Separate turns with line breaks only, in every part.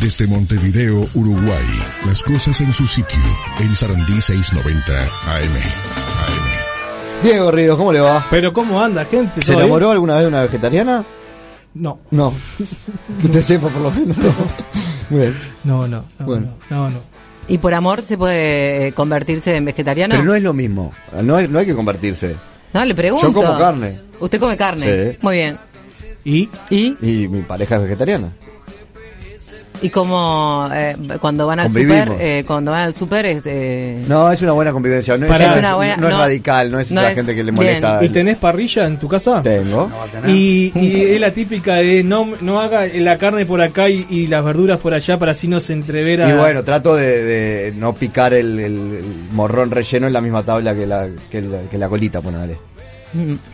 Desde Montevideo, Uruguay, las cosas en su sitio, en Sarandí 690 AM.
AM. Diego Ríos, ¿cómo le va?
Pero ¿cómo anda, gente?
¿Se enamoró bien? alguna vez de una vegetariana?
No.
No. que usted sepa, por lo menos.
Bien. No, no, no, bueno. no, no, no.
¿Y por amor se puede convertirse en vegetariano?
Pero no es lo mismo. No hay, no hay que convertirse.
No, le pregunto.
Yo como carne.
Usted come carne. Sí. Muy bien.
¿Y?
¿Y?
Y mi pareja es vegetariana.
¿Y como eh, cuando van al super, eh, cuando van al super es, eh...
No, es una buena convivencia. No es,
Para, es, una buena,
no es no, radical, no es no esa es, gente que le molesta.
¿Y tenés parrilla en tu casa?
Tengo.
Y, y es la típica de no, no haga la carne por acá y, y las verduras por allá para así no se entrevera.
Y bueno, trato de, de no picar el, el, morrón relleno en la misma tabla que la, que la, que la colita, ponele.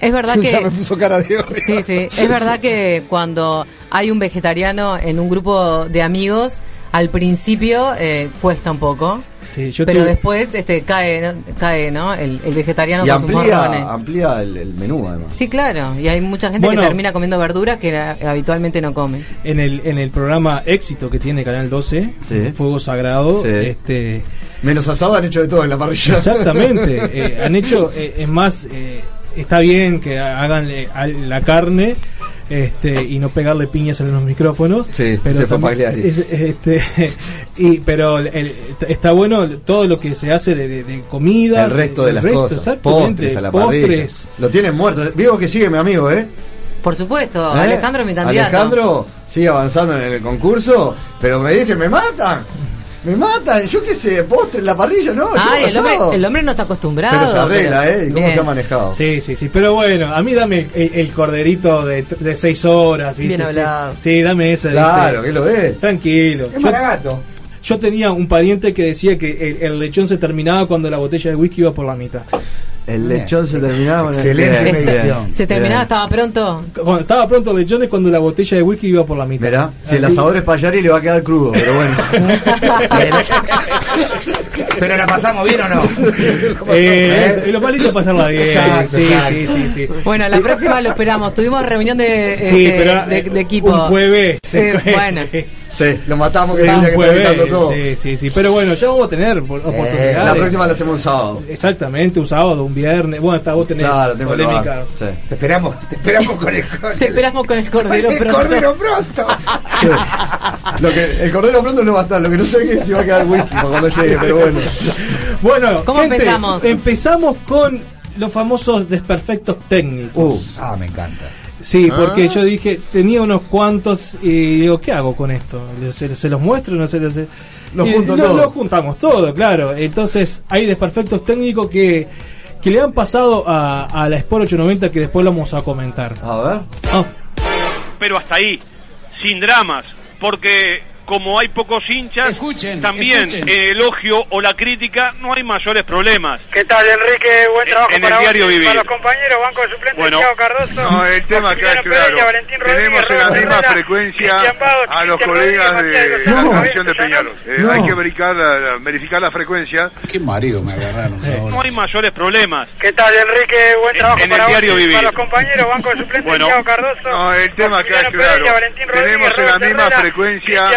Es verdad que.
Ya me puso cara de hoy.
Sí, sí. Es verdad que cuando hay un vegetariano en un grupo de amigos, al principio eh, cuesta un poco.
Sí, yo
pero
tuve...
después este cae, cae ¿no? El, el vegetariano
y
con
amplía,
sus morrones.
amplía el, el, menú, además.
Sí, claro. Y hay mucha gente bueno, que termina comiendo verduras que habitualmente no come.
En el, en el programa Éxito que tiene Canal 12, sí. Fuego Sagrado, sí. este
menos asado han hecho de todo en la parrilla.
Exactamente. eh, han hecho, eh, es más está bien que hagan la carne este, y no pegarle piñas en los micrófonos.
Sí,
pero
se también,
es, este, y, pero el, está bueno todo lo que se hace de, de, de comida.
El resto de las resto, cosas. Postres a la postres. parrilla. Lo tienen muerto. Digo que sigue mi amigo, ¿eh?
Por supuesto, ¿Eh? Alejandro mi candidato.
Alejandro sigue avanzando en el concurso, pero me dice, me matan. Me matan, yo qué sé, postre en la parrilla, ¿no?
Ah, el hombre, el hombre, no está acostumbrado.
Pero se arregla, pero... ¿eh? ¿Cómo bien. se ha manejado?
Sí, sí, sí. Pero bueno, a mí dame el, el corderito de, de, seis horas, ¿viste?
Bien hablado.
Sí, sí dame ese.
Claro, que lo es.
Tranquilo.
Es maragato.
Yo tenía un pariente que decía que el, el, lechón se terminaba cuando la botella de whisky iba por la mitad.
El lechón bien. se terminaba.
Excelente medición. Se terminaba, estaba pronto.
Cuando estaba pronto el lechón es cuando la botella de whisky iba por la mitad.
Verá, si el asador es para allá y le va a quedar crudo, pero bueno.
pero la pasamos bien o no.
eh, es, y lo más lindo es pasarla bien. Exacto, sí, exacto. sí, sí, sí,
Bueno, la próxima lo esperamos. Tuvimos reunión Eh, de, eh, sí, pero, de, de, de, equipo.
Un jueves.
Eh, bueno.
Sí, lo matamos que, un que jueves, todo. Eh,
Sí, sí, sí. Pero bueno, ya vamos a tener oportunidades.
la próxima la hacemos un sábado.
Exactamente, un sábado, un viernes. Bueno, hasta vos tenés
claro, tengo
polémica.
Sí.
Te esperamos, te esperamos con el, con el
Te esperamos con el cordero
con el
pronto.
Cordero pronto.
Sí.
Ah.
Lo que, el cordero pronto no va a estar, lo que no sé es si va a quedar whisky para cuando llegue, pero bueno.
Bueno,
¿cómo gente, empezamos?
Empezamos con los famosos desperfectos técnicos.
Uh, ah, me encanta.
Sí, porque ah. yo dije, tenía unos cuantos y digo, ¿qué hago con esto? ¿Se, se los muestro? No sé, se,
los, eh,
lo,
todo.
Lo juntamos todo, claro. Entonces, hay desperfectos técnicos que, que le han pasado a, a la Sport 890 que después lo vamos a comentar.
A ver.
Oh.
Pero hasta ahí, sin dramas, porque como hay pocos hinchas,
escuchen,
también
escuchen.
el elogio o la crítica no hay mayores problemas.
¿Qué tal, Enrique? Buen trabajo
en
para,
el diario
vos,
vivir.
para los compañeros, Banco de Suplentes,
bueno.
Thiago Cardoso.
No, el tema que claro, tenemos en la misma frecuencia a los colegas de
Eh,
la Comisión de Peñalos. Hay que verificar la, verificar la frecuencia.
Qué marido me agarraron.
No hay mayores problemas.
¿Qué tal, Enrique? Buen trabajo
en
para,
el diario vivir.
para los compañeros, Banco de Suplentes,
bueno.
Thiago Cardoso.
No, el tema que claro, tenemos en la misma frecuencia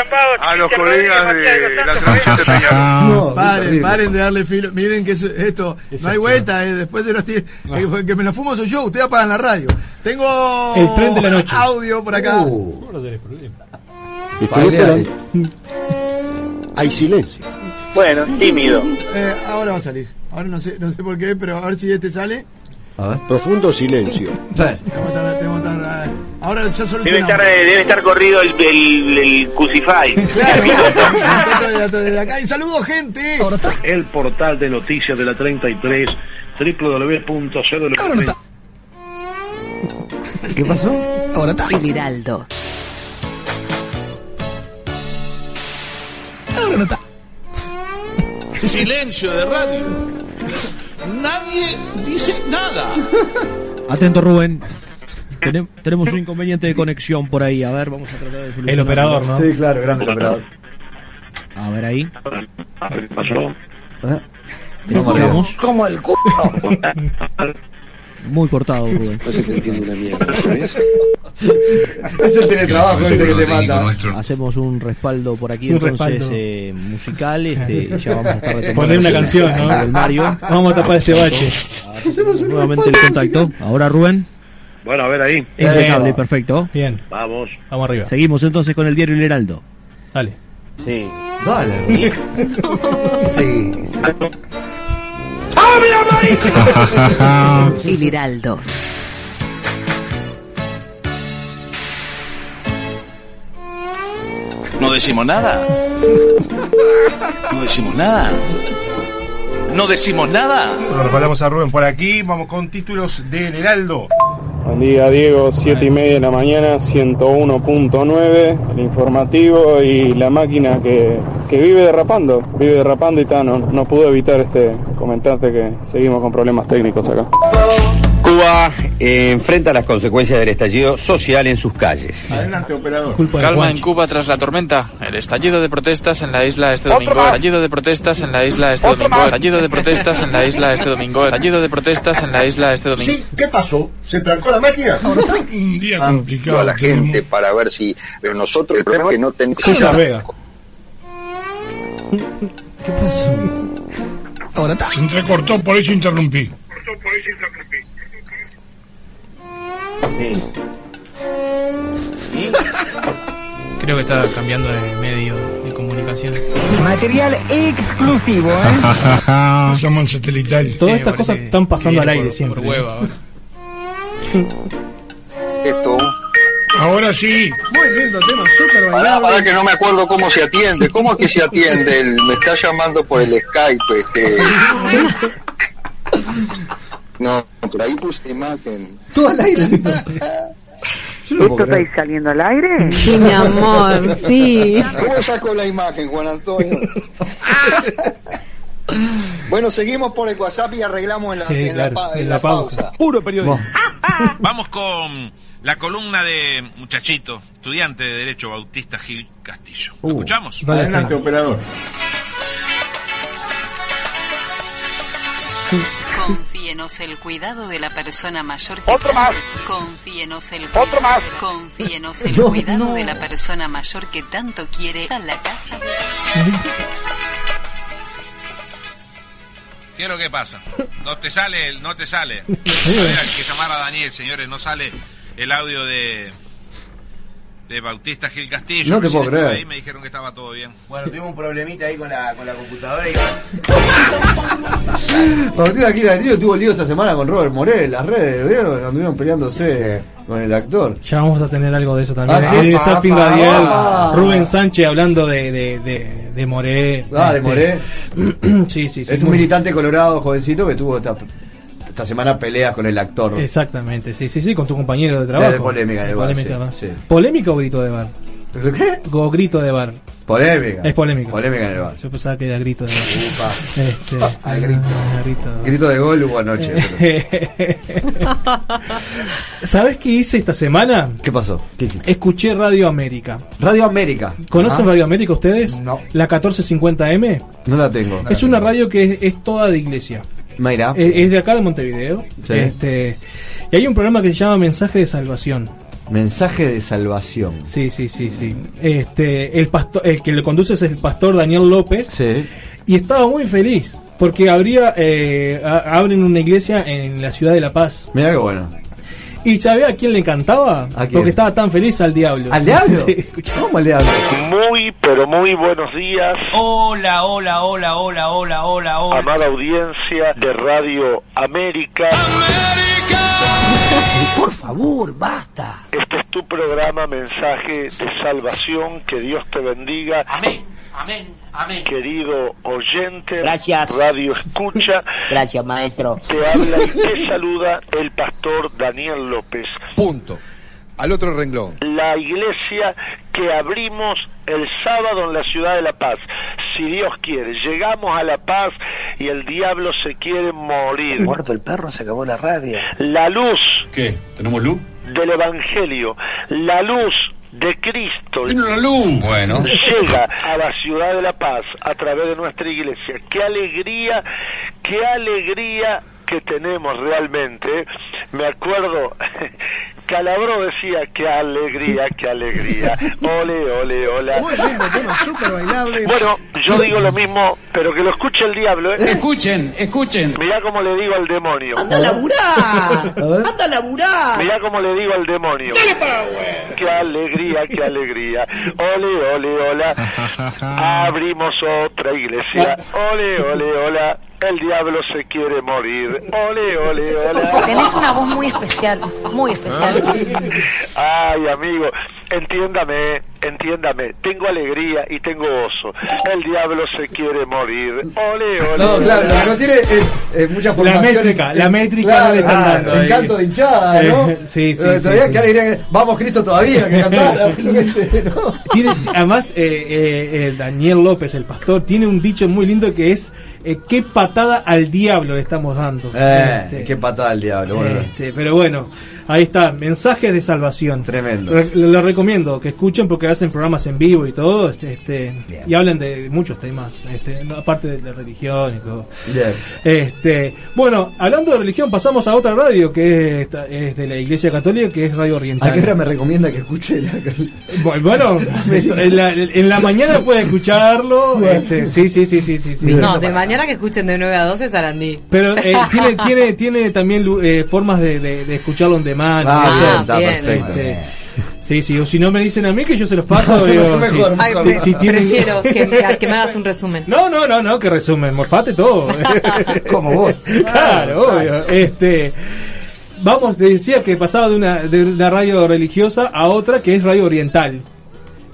a los colegas de la Comisión de Peñalos.
No, paren, paren de darle filo. Miren que esto, no hay vuelta, eh, después se los tiene.
Ah.
No. Eh, que me lo fumo soy yo, ustedes apagan la radio. Tengo
el tren de la noche.
audio por acá.
Uh. Esperan, hay silencio.
Bueno, tímido.
Eh, ahora va a salir. Ahora no sé, no sé por qué, pero a ver si este sale.
A ver. Profundo silencio.
Vale. Tengo tar, tengo tar, eh, ahora ya solo
debe estar, eh, debe estar corrido el, el, el Crucify.
Claro, desde acá. Y saludo, gente.
El portal de noticias de la 33, www.0.
¿Qué pasó?
Ahora está. El Hiraldo. Pero no está.
Silencio de radio. Nadie dice nada.
Atento, Rubén. Tenem- tenemos un inconveniente de conexión por ahí. A ver, vamos a tratar de solucionarlo.
El operador, ¿no?
Sí, claro, grande el operador.
A ver ahí.
¿Qué pasó?
¿Te escuchamos?
Como el culo.
Muy cortado, Rubén.
No se te entiende una mierda, ¿sabes?
Es el
Ah,
teletrabajo ese que te mata.
Hacemos un respaldo por aquí,
Un
entonces,
respaldo.
eh, musical. Este, ya vamos a estar retomando.
Poner una
el-
canción, ¿no?
el Mario.
Vamos a tapar este bache.
Hacemos un
Nuevamente el contacto. Ahora, Rubén.
Bueno, a ver ahí.
Impecable, perfecto.
Bien.
Vamos.
Vamos arriba.
Seguimos entonces con el diario El Heraldo.
Dale.
Sí.
Dale.
Sí.
El Heraldo.
No decimos nada. No decimos nada. No decimos nada.
Bueno, respaldamos a Rubén por aquí. Vamos con títulos del Heraldo.
Buen día Diego, 7 y media de la mañana, 101.9, el informativo y la máquina que, que vive derrapando, vive derrapando y tal, no, no pude evitar este comentarte que seguimos con problemas técnicos acá.
Cuba eh, enfrenta las consecuencias del estallido social en sus calles.
Adelante, operador.
Calma en Cuba tras la tormenta. El estallido de protestas en la isla este domingo.
más.
Estallido de protestas en la isla este domingo. Estallido de protestas en la isla este domingo. Estallido de protestas en la isla este domingo.
¿Qué pasó? ¿Se trancó la máquina?
Un día
complicado. A la gente para ver si. Pero nosotros el problema es que no tenemos.
¿Qué pasó?
Ahora está. Se entrecortó, por eso interrumpí.
Creo que está cambiando de medio de comunicación.
Material exclusivo, ¿eh?
Somos satelital.
Todas estas cosas están pasando al aire siempre. ¿eh?
Esto.
Ahora sí.
Muy lindo tema, súper
Pará, pará, que no me acuerdo cómo se atiende. ¿Cómo es que se atiende? El- me está llamando por el Skype. Este. No, por ahí puse imagen.
Todo al aire. ¿Esto estáis saliendo al aire? Sí, mi amor, sí.
¿Cómo saco la imagen, Juan Antonio? bueno, seguimos por el WhatsApp y arreglamos en la, en la pa- en la pausa.
Puro periodismo. Vamos con la columna de muchachito, estudiante de Derecho Bautista Gil Castillo. ¿Lo
Uh,
escuchamos?
dale, Adelante, Frank.
operador.
Confíenos el cuidado de la persona mayor que Otro más. Confíenos el cuidado. Confíenos el
No,
cuidado
no.
de la persona mayor que tanto quiere a la casa.
¿Qué es lo que pasa? No te sale, el- no te sale. Hay que llamar a Daniel, señores, no sale el audio de de Bautista Gil Castillo.
No te
Recién
puedo
estuve
creer.
Ahí me dijeron que estaba todo bien.
Bueno, tuvimos un problemita ahí con la, con la computadora y...
Martín aquí Darío tuvo lío esta semana con Robert Morel, las redes, ¿vieron? Anduvieron peleándose con el actor.
Ya vamos a tener algo de eso también. Eh,
Ah, sí.
Eddie Zapping
Ah,
Radial,
ah.
Rubén Sánchez hablando de, de, de, de Moré.
Ah, de
Este,
Moré.
sí, sí, sí.
es un
muy-
militante colorado, jovencito, que tuvo esta, esta semana peleas con el actor.
Eh, Exactamente, sí, sí, sí, con tu compañero de trabajo.
De polémica de bar,
Polémica
sí,
bar.
sí.
¿Polémica o grito de bar?
¿Qué?
O grito de bar.
Polémica.
Es polémica.
Polémica en el bar.
Yo pensaba que era grito de bar. Este, ah, grito.
Grito de gol hubo anoche.
Eh. ¿Sabes qué hice esta semana?
¿Qué pasó? ¿Qué hiciste?
Escuché Radio América.
Radio América.
¿Conocen
Ah,
Radio América ustedes? No. ¿La 1450M?
No la tengo.
Es eh. una radio que es, es toda de iglesia.
Mira.
Es, es de acá de Montevideo.
Ah. Sí.
Este, y hay un programa que se llama Mensaje de Salvación.
Mensaje de salvación.
Sí, sí, sí, sí. Este, el, pasto- el que lo conduce es el pastor Daniel López. Y estaba muy feliz porque habría, eh, a- abren una iglesia en la ciudad de La Paz.
Mira qué bueno.
¿Y sabía a quién le encantaba?
quién?
Porque estaba tan feliz al diablo.
¿Al diablo? ¿Cómo al diablo?
Muy, pero muy buenos días.
Hola, hola, hola, hola, hola, hola, hola.
Amada audiencia de Radio América. Por favor, basta. Este es tu programa Mensaje de Salvación. Que Dios te bendiga. Amén, amén, amén. Querido oyente.
Gracias.
Radio Escucha.
Gracias, maestro.
Te habla y te saluda el pastor Daniel López.
Punto. Al otro renglón.
la iglesia que abrimos el sábado en la ciudad de La Paz. si Dios quiere. Llegamos a la paz y el diablo se quiere morir.
Muerto el perro, se acabó la rabia.
La luz
¿Qué? ¿Tenemos luz?
del Evangelio, la luz de Cristo
Vino la luz. Bueno.
llega a la ciudad de la paz a través de nuestra iglesia. Qué alegría, qué alegría que tenemos realmente. ¿eh? Me acuerdo, Calabró decía, qué alegría, qué alegría. Ole, ole, hola.
Muy lindo tema, súper bailable.
Bueno, yo digo lo mismo, pero que lo escuche el diablo. ¿eh?
Escuchen, escuchen.
Mirá cómo le digo al demonio.
Anda a laburar.
¡Anda a laburar! Mirá cómo le digo al demonio. ¡Qué alegría, qué alegría! ¡Ole, ole, hola! Abrimos otra iglesia. ¡Ole, ole, hola! El diablo se quiere morir. ¡Ole, ole, hola!
Tenés una voz muy especial, muy especial.
Ay, amigo, entiéndame, entiéndame. Tengo alegría y tengo gozo. El diablo se quiere morir. ¡Ole, ole!
No,
hola.
claro, lo que no tiene es, eh, mucha
La
formación.
métrica, la métrica no le están
ah,
dando.
el
ahí.
canto de hinchada, ¿no?
Eh, sí, sí,
Pero
sí,
sabía
sí,
que alegría que- Vamos, Cristo, todavía, que cantar.
Tiene- además, eh, eh, eh, Daniel López, el pastor, tiene un dicho muy lindo que es: eh, ¿Qué patada al diablo le estamos dando?
Eh,
Este,
qué patada el diablo, bueno.
este, pero bueno, ahí está, mensajes de salvación.
Tremendo.
Re- lo, lo recomiendo que escuchen porque hacen programas en vivo y todo, este, este, y hablan de muchos temas, este, no, aparte de la religión y todo.
Bien.
Este, bueno, hablando de religión, pasamos a otra radio que es, esta- es de la Iglesia Católica, que es Radio Oriental.
¿A qué hora me recomienda que escuche la
Bu- Bueno, en la, en la mañana puede escucharlo. este, sí, sí, sí, sí, sí, sí.
No, de mañana que escuchen de 9 a 12 Sarandí.
Pero eh, tiene, tiene, tiene también lu- eh, formas de, de, de escucharlo on demand.
Ah,
¿no?
bien, está perfecto.
Este, sí, sí, o si no me dicen a mí que yo se los paso. digo, sí,
Mejor, Ay,
sí,
me-
si tienen-
Prefiero que, me- que me hagas un resumen.
No, no, no, no, que resumen, morfate todo.
Como vos.
Claro, obvio. Este, vamos, te decía que pasaba de una, de una radio religiosa a otra que es radio oriental.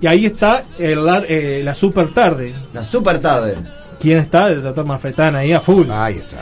Y ahí está el, ar- eh, la super tarde.
La super tarde.
¿Quién está? El doctor Manfretán ahí a full.
Ahí está.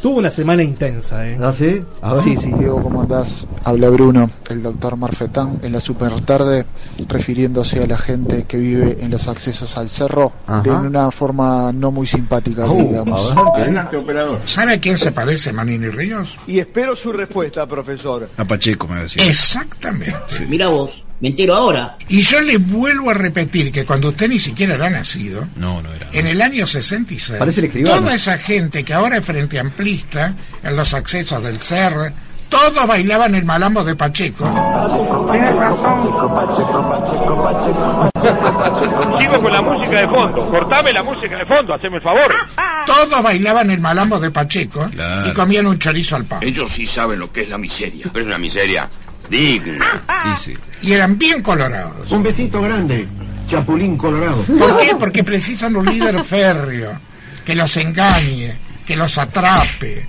Tuvo una semana intensa, ¿eh?
¿Ah, sí?
Sí, sí.
Diego, ¿cómo andás? Habla Bruno, el doctor Marfetán, en la super tarde, refiriéndose a la gente que vive en los accesos al cerro
Ajá.
de una forma no muy simpática,
Uh,
digamos.
Adelante, operador. ¿Sabe a quién se parece Manini Ríos?
Y espero su respuesta, profesor.
A Pacheco, me decía. Exactamente.
Mira vos, me entero ahora.
Y yo le vuelvo a repetir que cuando usted ni siquiera era nacido,
No, no era.
en el año 66,
Parece el escribano.
toda esa gente que ahora es frente amplista, en los accesos del CER, todos bailaban el malambo de Pacheco. Tienes razón.
Sigo con la música de fondo. Cortame la música de fondo, haceme el favor.
Todos bailaban el malambo de Pacheco y comían un chorizo al pan.
Ellos sí saben lo que es la miseria. Pero es una miseria digna.
Y eran bien colorados.
Un besito grande, Chapulín Colorado.
¿Por qué? Porque precisan un líder férreo que los engañe, que los atrape,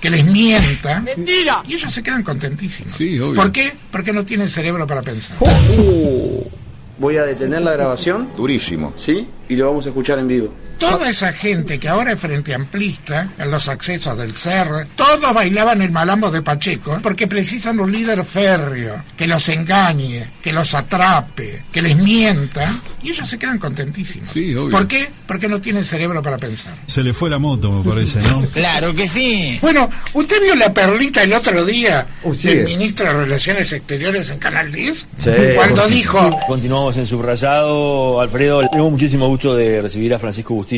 que les mienta. ¡Mentira! Y ellos se quedan contentísimos. ¿Por qué? Porque no tienen cerebro para pensar.
Voy a detener la grabación. Durísimo. ¿Sí? Y lo vamos a escuchar en vivo.
Toda esa gente que ahora es frente amplista, en los accesos del CER, todos bailaban el malambo de Pacheco, porque precisan un líder férreo, que los engañe, que los atrape, que les mienta, y ellos se quedan contentísimos. ¿Por qué? Porque no tienen cerebro para pensar.
Se le fue la moto, me parece, ¿no?
Claro que sí. Bueno, ¿usted vio la perlita el otro día
sí.
del ministro de Relaciones Exteriores en Canal 10? Sí. Cuando dijo, Continuamos en subrayado, Alfredo. Tenemos muchísimo gusto de recibir a Francisco Bustillo,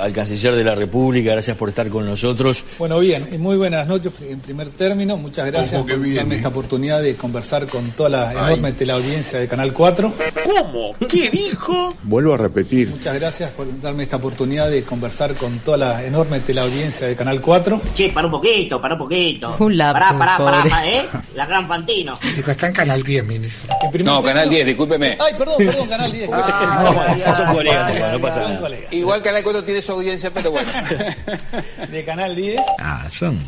al canciller de la República. Gracias por estar con nosotros.
Bueno, bien, y muy buenas noches en primer término. Muchas gracias por darme esta oportunidad de conversar con toda la enorme teleaudiencia de Canal 4. ¿Cómo? ¿Qué dijo? Vuelvo a repetir. Muchas gracias por darme esta oportunidad de conversar con toda la enorme teleaudiencia de Canal 4. Che, para un poquito, para un poquito. Un lapsus, Pará, pará, pará, pobre. pará, ¿eh? La gran Fantino.
dijo, está en Canal 10, ministro.
No, Canal
10, discúlpeme.
Ay, perdón, perdón, Canal Ah, 10.
Ah, Son colegas, igual, no pasa nada.
Igual Canal 4 tiene su audiencia, pero bueno.
De Canal 10. Ah, son.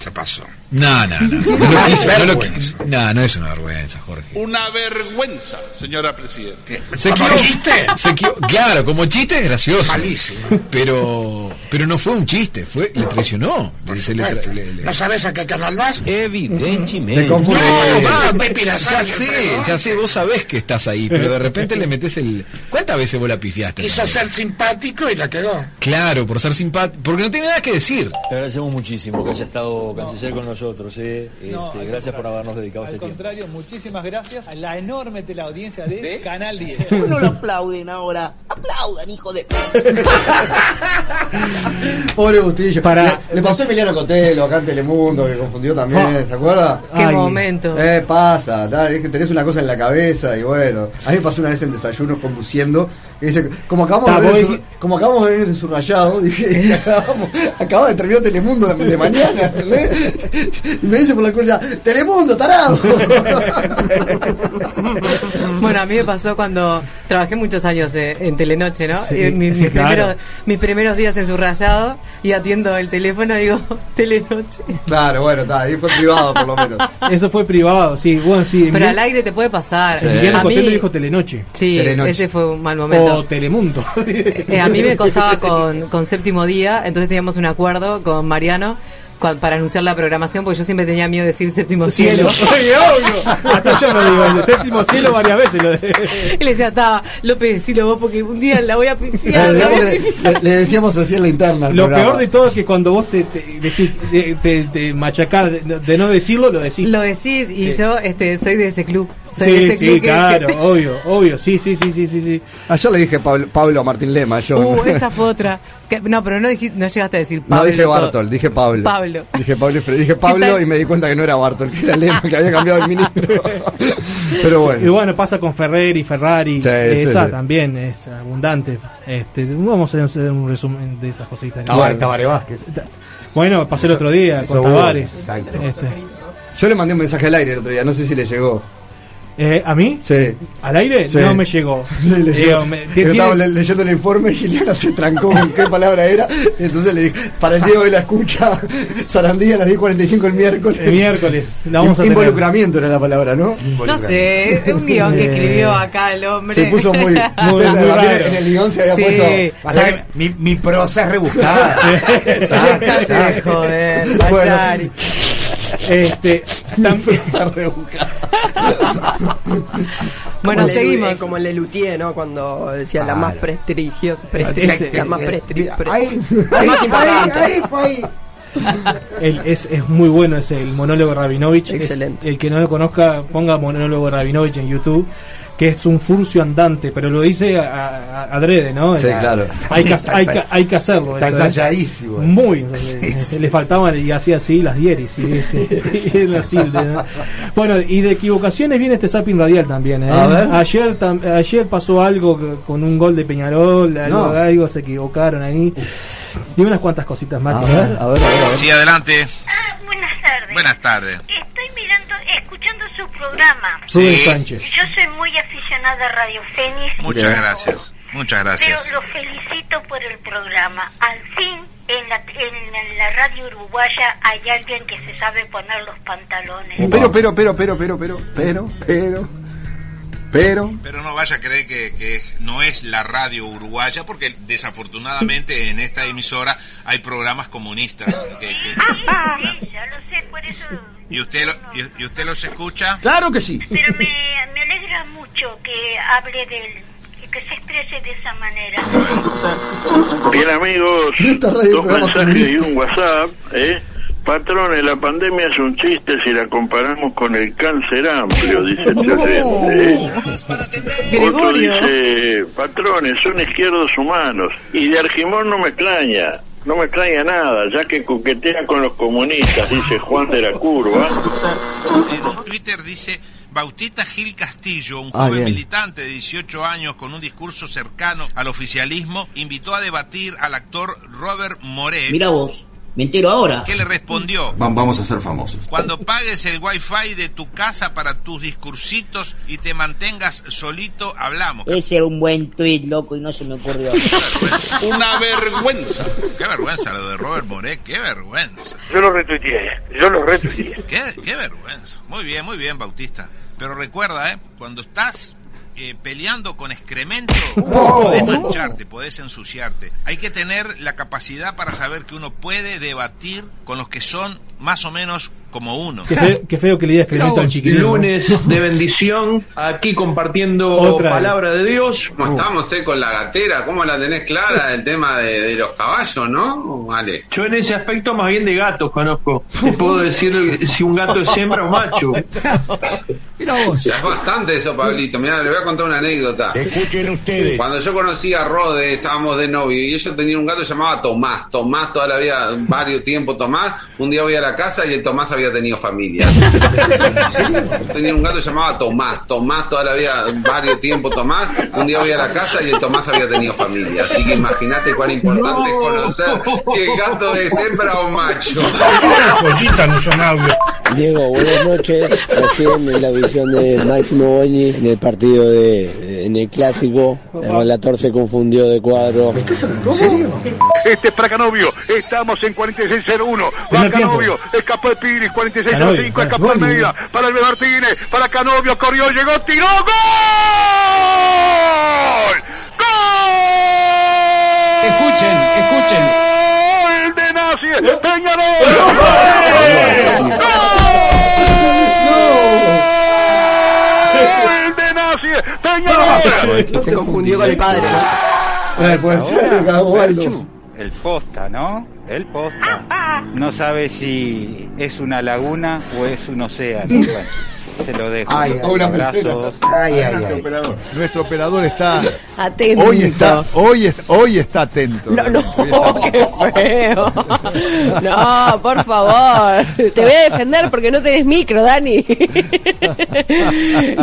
Se pasó.
No, no, no. No, lo quise, no, lo quise. no, no es una vergüenza, Jorge.
Una vergüenza, señora Presidente.
Se equivo- se equivo- Claro, como chiste es gracioso. Malísimo. Pero, pero no fue un chiste, fue, le traicionó. Se le tra- le- le-
¿No sabes a qué canal vas?
Evidentemente.
Te confunde
No,
con
va,
el- Pepe
Eh, ya
Lasagne,
sé,
perdón.
ya sé, vos sabés que estás ahí, pero de repente le metes el. ¿Cuántas veces vos la pifiaste?
Quiso ser simpático y la quedó.
Claro, por ser simpático. Porque no tiene nada que decir.
Te agradecemos muchísimo que haya estado canciller con nosotros. ¿eh? Este,
No, al
gracias por habernos dedicado
Al
este tiempo.
contrario, muchísimas gracias a la enorme teleaudiencia de Canal 10.
No lo aplauden ahora. Aplaudan, hijo de.
Pobre Bustillo.
Para-
Le, le pasó a Emiliano Cotelo acá en Telemundo, que confundió también, ¿se acuerda?
Qué Ay. momento.
Eh, pasa, tal, es que tenés una cosa en la cabeza y bueno. A mí me pasó una vez en desayuno conduciendo, que dice, como acabamos,
Ta,
de,
vos
venir de su- como acabamos de venir de su rayado, dije, acabamos, acabamos de terminar Telemundo de, de mañana, ¿entendés? Y me dice por la cuella, Telemundo, tarado.
Bueno, a mí me pasó cuando trabajé muchos años eh, en Telenoche, ¿no?
Sí,
Eh, mi-
sí,
mis,
claro.
primeros, mis primeros días en Subrayado y atiendo el teléfono y digo, Telenoche.
Claro, bueno, está, ahí fue privado por lo menos.
Eso fue privado, sí, bueno, sí.
Pero
Emiliano-
al aire te puede pasar.
Emiliano
Eh, A mí-
Costello dijo Telenoche. Oh,
Sí, ese fue un mal momento.
O Telemundo.
Eh, a mí me costaba con, con séptimo día, entonces teníamos un acuerdo con Mariano cua- para anunciar la programación, porque yo siempre tenía miedo de decir séptimo cielo.
Oye, obvio. Hasta yo lo digo, el de séptimo cielo varias veces lo de-
y le decía, está, López, decilo vos, porque un día la voy a pifiar. la voy a
Le, le- le decíamos así en la interna. al
Lo
programa.
peor de todo es que cuando vos te, te, decís- te- te- te machacás de, de no decirlo, lo decís.
Lo decís y
Sí.
yo este, soy de ese club. Soy de
Sí,
ese
sí,
club que-
claro,
que-
obvio, obvio, sí, sí, sí, sí, sí, sí.
Ayer le dije Pablo, Pablo a Martín Lema, yo.
Uh, esa fue otra. Que- no, pero no, dijiste- no llegaste a decir Pablo.
No dije
todo.
Bartol, dije Pablo.
Pablo.
Dije Pablo, y Fre- dije Pablo y me di cuenta que no era Bartol, que era Lema, que había cambiado el ministro. Pero
Y
bueno.
bueno, pasa con Ferreri, Ferrari, eh,
sí,
esa
sí.
también es abundante. Este, vamos a hacer un resumen de esas cositas.
Ah, bueno, Tabaré Vázquez.
Bueno, pasó el otro día
Eso
con
hubo.
Tavares.
Exacto.
Este,
Yo le mandé un mensaje al aire el otro día, no sé si le llegó.
eh, ¿A mí?
Sí.
¿Al aire?
Sí.
No me llegó.
Le- le-
Digo, me-
yo estaba
tiene-
le- leyendo el informe y Liliana se trancó con qué palabra era. Entonces le dije, para el Diego de la escucha, Sarandí a las 10.45 el miércoles.
El miércoles, la vamos a tener.
Involucramiento era la palabra, ¿no?
No sé, es un guión que escribió acá el hombre.
Se puso muy- muy raro. En el guión se había puesto-
Pasa que mi, mi prosa es rebuscada. Exacto, exacto.
Joder,
Bueno.
Bayari.
Este, también
Bueno,
Como el de Lu-
seguimos.
eh, como el de Luthier, ¿no? Cuando decía la
Claro.
más prestigiosa.
Ese-
la más
eh,
prestigiosa.
ahí,
La más importante.
ahí, el- es, es muy bueno ese, el monólogo de Rabinovich. Es-
Excelente.
el que no lo conozca, ponga monólogo de Rabinovich en YouTube, que es un furcio andante, pero lo dice a- a- a- adrede, ¿no?
Sí,
Es-
claro.
Hay que, hay que, hay que hacerlo.
Está
eso, ¿eh?
ensayadísimo.
Muy. ensayadísimo. Le faltaban y hacía así las dieris y, este, y las tildes. ¿no? Bueno, y de equivocaciones viene este zapping radial también. ¿eh?
A ver.
Ayer, tam- ayer pasó algo que- con un gol de Peñarol, algo,
No.
algo se equivocaron ahí. Y unas cuantas cositas más.
A ver, a ver, a ver.
Sí, adelante.
Ah,
buenas tardes. Buenas tardes.
escuchando su programa.
Rubén Sánchez.
Yo soy muy aficionada a Radio Fénix.
Muchas gracias. Muchas gracias.
Pero lo felicito por el programa. Al fin, en la, en, en la radio uruguaya hay alguien que se sabe poner los pantalones.
Pero, pero, pero, pero, pero, pero, pero, pero, pero.
Pero no vaya a creer que, que es- no es la radio uruguaya, porque desafortunadamente en esta emisora hay programas comunistas. que- que-
Ah, Sí, ya lo sé, por eso...
¿Y usted, lo- y, y usted los escucha?
Claro que sí.
Pero me, me alegra mucho que hable del... que se exprese de esa manera.
Bien amigos, dos mensajes y un WhatsApp. ¿eh? Patrones, la pandemia es un chiste si la comparamos con el cáncer amplio, dice este oyente, ¿eh? Otro dice, patrones, son izquierdos humanos. Y de Argimón no me extraña, no me extraña nada, ya que coquetea con los comunistas, dice Juan de la Curva.
En Twitter dice Bautista Gil Castillo, un
Ah,
joven
bien.
militante de 18 años con un discurso cercano al oficialismo, invitó a debatir al actor Robert Moré.
Mira vos.
Me entero ahora.
¿Qué le respondió?
Vamos a ser famosos.
Cuando pagues el wifi de tu casa para tus discursitos y te mantengas solito, hablamos.
Ese era un buen tuit, loco, y no se me ocurrió.
Una vergüenza. Qué vergüenza lo de Robert Boré, qué vergüenza.
Yo lo retuiteé, yo lo retuiteé.
Qué, qué vergüenza. Muy bien, muy bien, Bautista. Pero recuerda, ¿eh? Cuando estás eh, peleando con excremento, podés mancharte, podés ensuciarte. Hay que tener la capacidad para saber que uno puede debatir con los que son más o menos como uno.
Qué feo, qué feo que le digas que al chiquilín. ¿no?
Lunes de bendición, aquí compartiendo
Otra.
palabra de Dios.
¿Cómo estamos, eh, con la gatera? ¿Cómo la tenés clara el tema de, de los caballos, no? Vale.
Yo en ese aspecto más bien de gatos conozco. Te puedo decir si un gato es hembra o macho.
Ya es bastante eso, Pablito. Mira, le voy a contar una anécdota.
Escuchen ustedes.
Cuando yo conocí a Rode, estábamos de novio y ella tenía un gato llamado Tomás. Tomás toda la vida, varios tiempos Tomás. Un día voy a la casa y el Tomás había tenido familia. tenía un gato llamado Tomás. Tomás toda la vida, varios tiempos Tomás. Un día voy a la casa y el Tomás había tenido familia. Así que imagínate cuán importante es conocer si el gato es hembra o macho.
no son audio.
Diego, buenas noches. Recién en la visión de Máximo Boñi en el partido de en el clásico, el relator se confundió de cuadro.
Este es para Canovio. Estamos en 4601. Va
Primer tiempo.
Canovio. Escapó el Piris.
Canovio,
4605.
claro,
Escapó el
gol,
Medina. Para el Martínez. Para Canovio. Corrió. Llegó. Tiró. ¡Gol! ¡Gol! Escuchen. Escuchen. ¡Gol de Nazi! ¡Peñarol! ¡Gol! ¡Gol de Nazi! ¡Peñarol!
Se confundió con el padre.
Ah,
puede ser, Gabaldo.
El posta, ¿no? El posta. No sabe si es una laguna o es un océano. Bueno, se lo dejo. Abrazos.
Nuestro operador. Nuestro operador está.
Atento.
Hoy está, hoy, es- hoy está atento.
No, no, qué feo. No, por favor. Te voy a defender porque no tenés micro, Dani.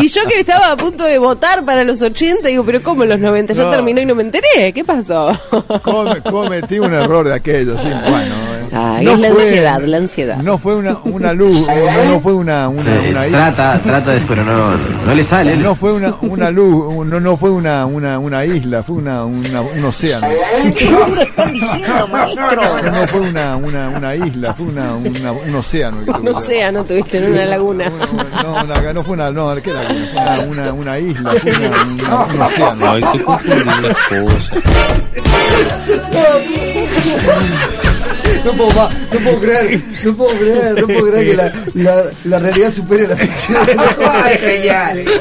Y yo que estaba a punto de votar para los 80, digo, pero ¿cómo los 90? Ya
No.
terminó y no me enteré. ¿Qué pasó?
Come- cometí un error de aquello, sí, bueno. eh.
Ay, es la ansiedad, la ansiedad.
No fue una, una luz, no, no fue una, una, una
Eh, Trata, trata de, pero no, no le sale.
No fue una, una luz, un- no, no fue una, una, una isla, fue una, una- un océano. No, no fue una, una, una isla, fue una, una- un océano. que tuve.
No sea, no tuviste en una laguna.
No, una- no fue una, no, ¿qué era? Fue una, una, una isla, fue una, una- un océano.
Ay, qué confundida esposa.
No puedo, más, no puedo creer, no puedo creer, no puedo creer que la, la, la realidad supere la ficción.
genial.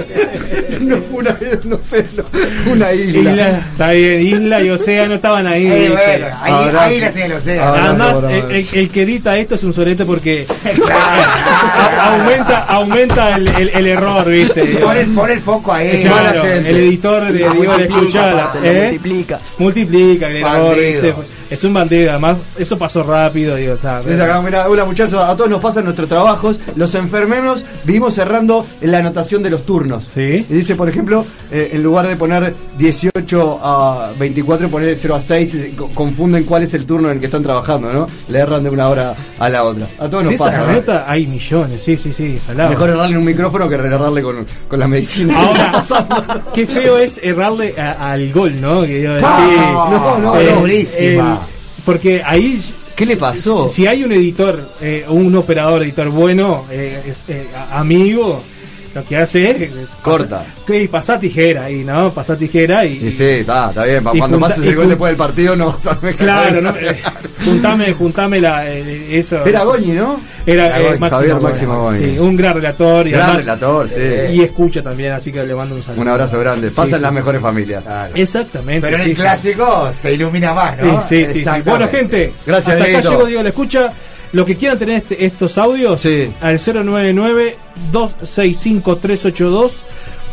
No fue una, no sé, no, fue una isla.
Isla, está bien, Isla y Océano estaban ahí.
Eh,
¿viste?
bueno, ahí- Ahora ahí sí. la señal Océano. Ahora
Además,
sí, ahora
el, el- el que edita esto es un sorete porque a- aumenta, aumenta el, el- el error, ¿viste?
Eh,
Pon el, pon el foco ahí.
Claro, el editor
Ah,
de
La
Diego de
multiplica,
Escuchala.
papá, la
¿eh? Multiplica. Multiplica, el error,
Bandido.
¿viste? Es un bandido, además, eso pasó rápido, digo, está.
Les acá, mirá, hola muchachos, a todos nos pasan nuestros trabajos. Los enfermeros vivimos cerrando la anotación de los turnos. Y dice, por ejemplo, eh, en lugar de poner 18 a 24, poner 0 a 6, y se co- confunden cuál es el turno en el que están trabajando, ¿no? Le erran de una hora a la otra. A todos
De
nos
esas
pasa. ¿no?
anécdotas hay millones, sí, sí, sí, salado.
Mejor errarle en un micrófono que errarle con, con la medicina.
Ahora, qué feo es errarle a- al gol, ¿no? Que digo,
Ah,
sí,
no, no, no, durísima.
el- porque ahí. ¿Qué le pasó? Si, si hay un editor, eh, un operador editor bueno, eh, es, eh, a- amigo, lo que hace es. eh,
Corta.
Sí, pasá tijera ahí, ¿no? Pasá tijera y.
Y sí, está, está bien. pa-
Y
Cuando
junta-
pases
y
el gol
jun-
después del partido no vas a
Claro, ¿no? Eh, juntame, juntame la, eh, eso.
Era Goñi, ¿no?
Era,
Era
eh,
Goñi,
Máximo
Javier
Goñi,
Máximo Goñi.
sí, un gran relator.
Gran relator, sí.
eh, Y escucha también, así que le mando un saludo.
Un abrazo grande.
Sí,
Pasan
sí.
las mejores familias.
Exactamente.
Pero en el
sí, sí.
clásico se ilumina más, ¿no?
Sí, sí, sí, sí.
Exactamente.
Bueno, gente,
Gracias,
hasta acá
Dieguito.
llego, Diego, la escucha. Los que quieran tener este- estos audios, al 099-265-382,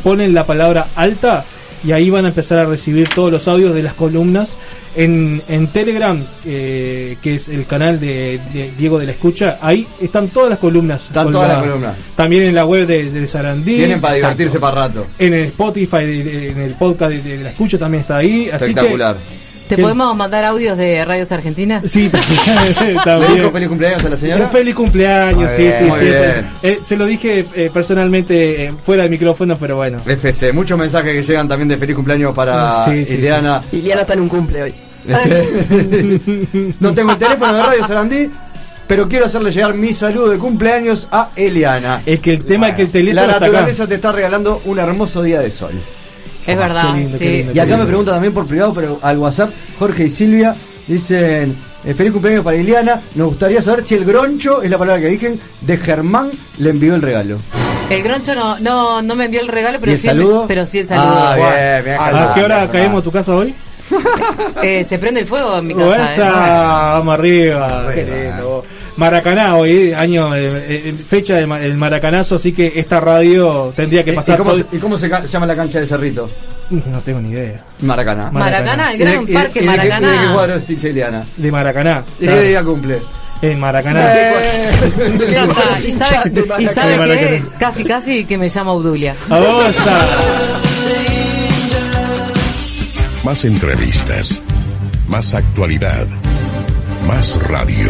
ponen la palabra alta y ahí van a empezar a recibir todos los audios de las columnas. En, en Telegram, eh, que es el canal de, de Diego de la Escucha, ahí están todas las columnas.
Están todas las
colgadas.
columnas.
También en la web de, de Sarandí.
Tienen para
Exacto.
divertirse para rato.
En el Spotify, de- de- en el podcast de, de la Escucha también está ahí. Así que
Espectacular.
¿Te podemos mandar audios de Radios Argentinas?
Sí, también.
¿Le dijo feliz cumpleaños a la señora?
eh, Un feliz cumpleaños,
Muy
sí,
bien,
sí,
muy
sí.
bien.
Entonces, eh, se lo dije eh, personalmente eh, fuera de micrófono, pero bueno.
FC, muchos mensajes que llegan también de feliz cumpleaños para
Ah, Sí, sí,
Ileana.
Iliana está en un cumple hoy.
Este, no tengo el teléfono de Radio Sarandí, pero quiero hacerle llegar mi saludo de cumpleaños a Eliana.
Es que el tema es que el teléfono
La
está acá.
naturaleza te está regalando un hermoso día de sol.
Es verdad, Qué lindo, sí. qué lindo,
y
qué
acá
lindo.
me pregunta también por privado, pero al WhatsApp, Jorge y Silvia dicen. eh, feliz cumpleaños para Eliana. Nos gustaría saber si el groncho es la palabra que dicen de Germán le envió el regalo.
El Groncho no, no, no me envió el regalo, pero
¿Y el
sí, el-
saludo?
pero sí el saludo.
Ah, bien, bien,
¿A
Germán,
qué hora
Germán.
caemos a tu casa hoy?
Eh, se prende el fuego en mi
Esa,
casa. eh.
vamos arriba. qué lindo. Maracaná hoy, eh, año, eh, eh, fecha del ma- el maracanazo, así que esta radio tendría que
¿Y- ¿Y
pasar.
Eh, cómo,
todo-
se, y cómo se ca- llama la cancha de Cerrito?
No tengo ni idea.
Maracaná.
Maracaná, el
¿Y de-
gran
y de-
parque
y de qué-
Maracaná.
¿Y de qué cuadro es hincha Eliana?
De Maracaná.
¿Y
Claro.
qué día cumple?
En Maracaná.
eh,
Ya está, Y sabe,
Maracaná.
y sabe
De
que
Maracaná.
casi, casi que me llama Obdulia.
A
eh,
vos,
Más entrevistas. Más actualidad. Más radio.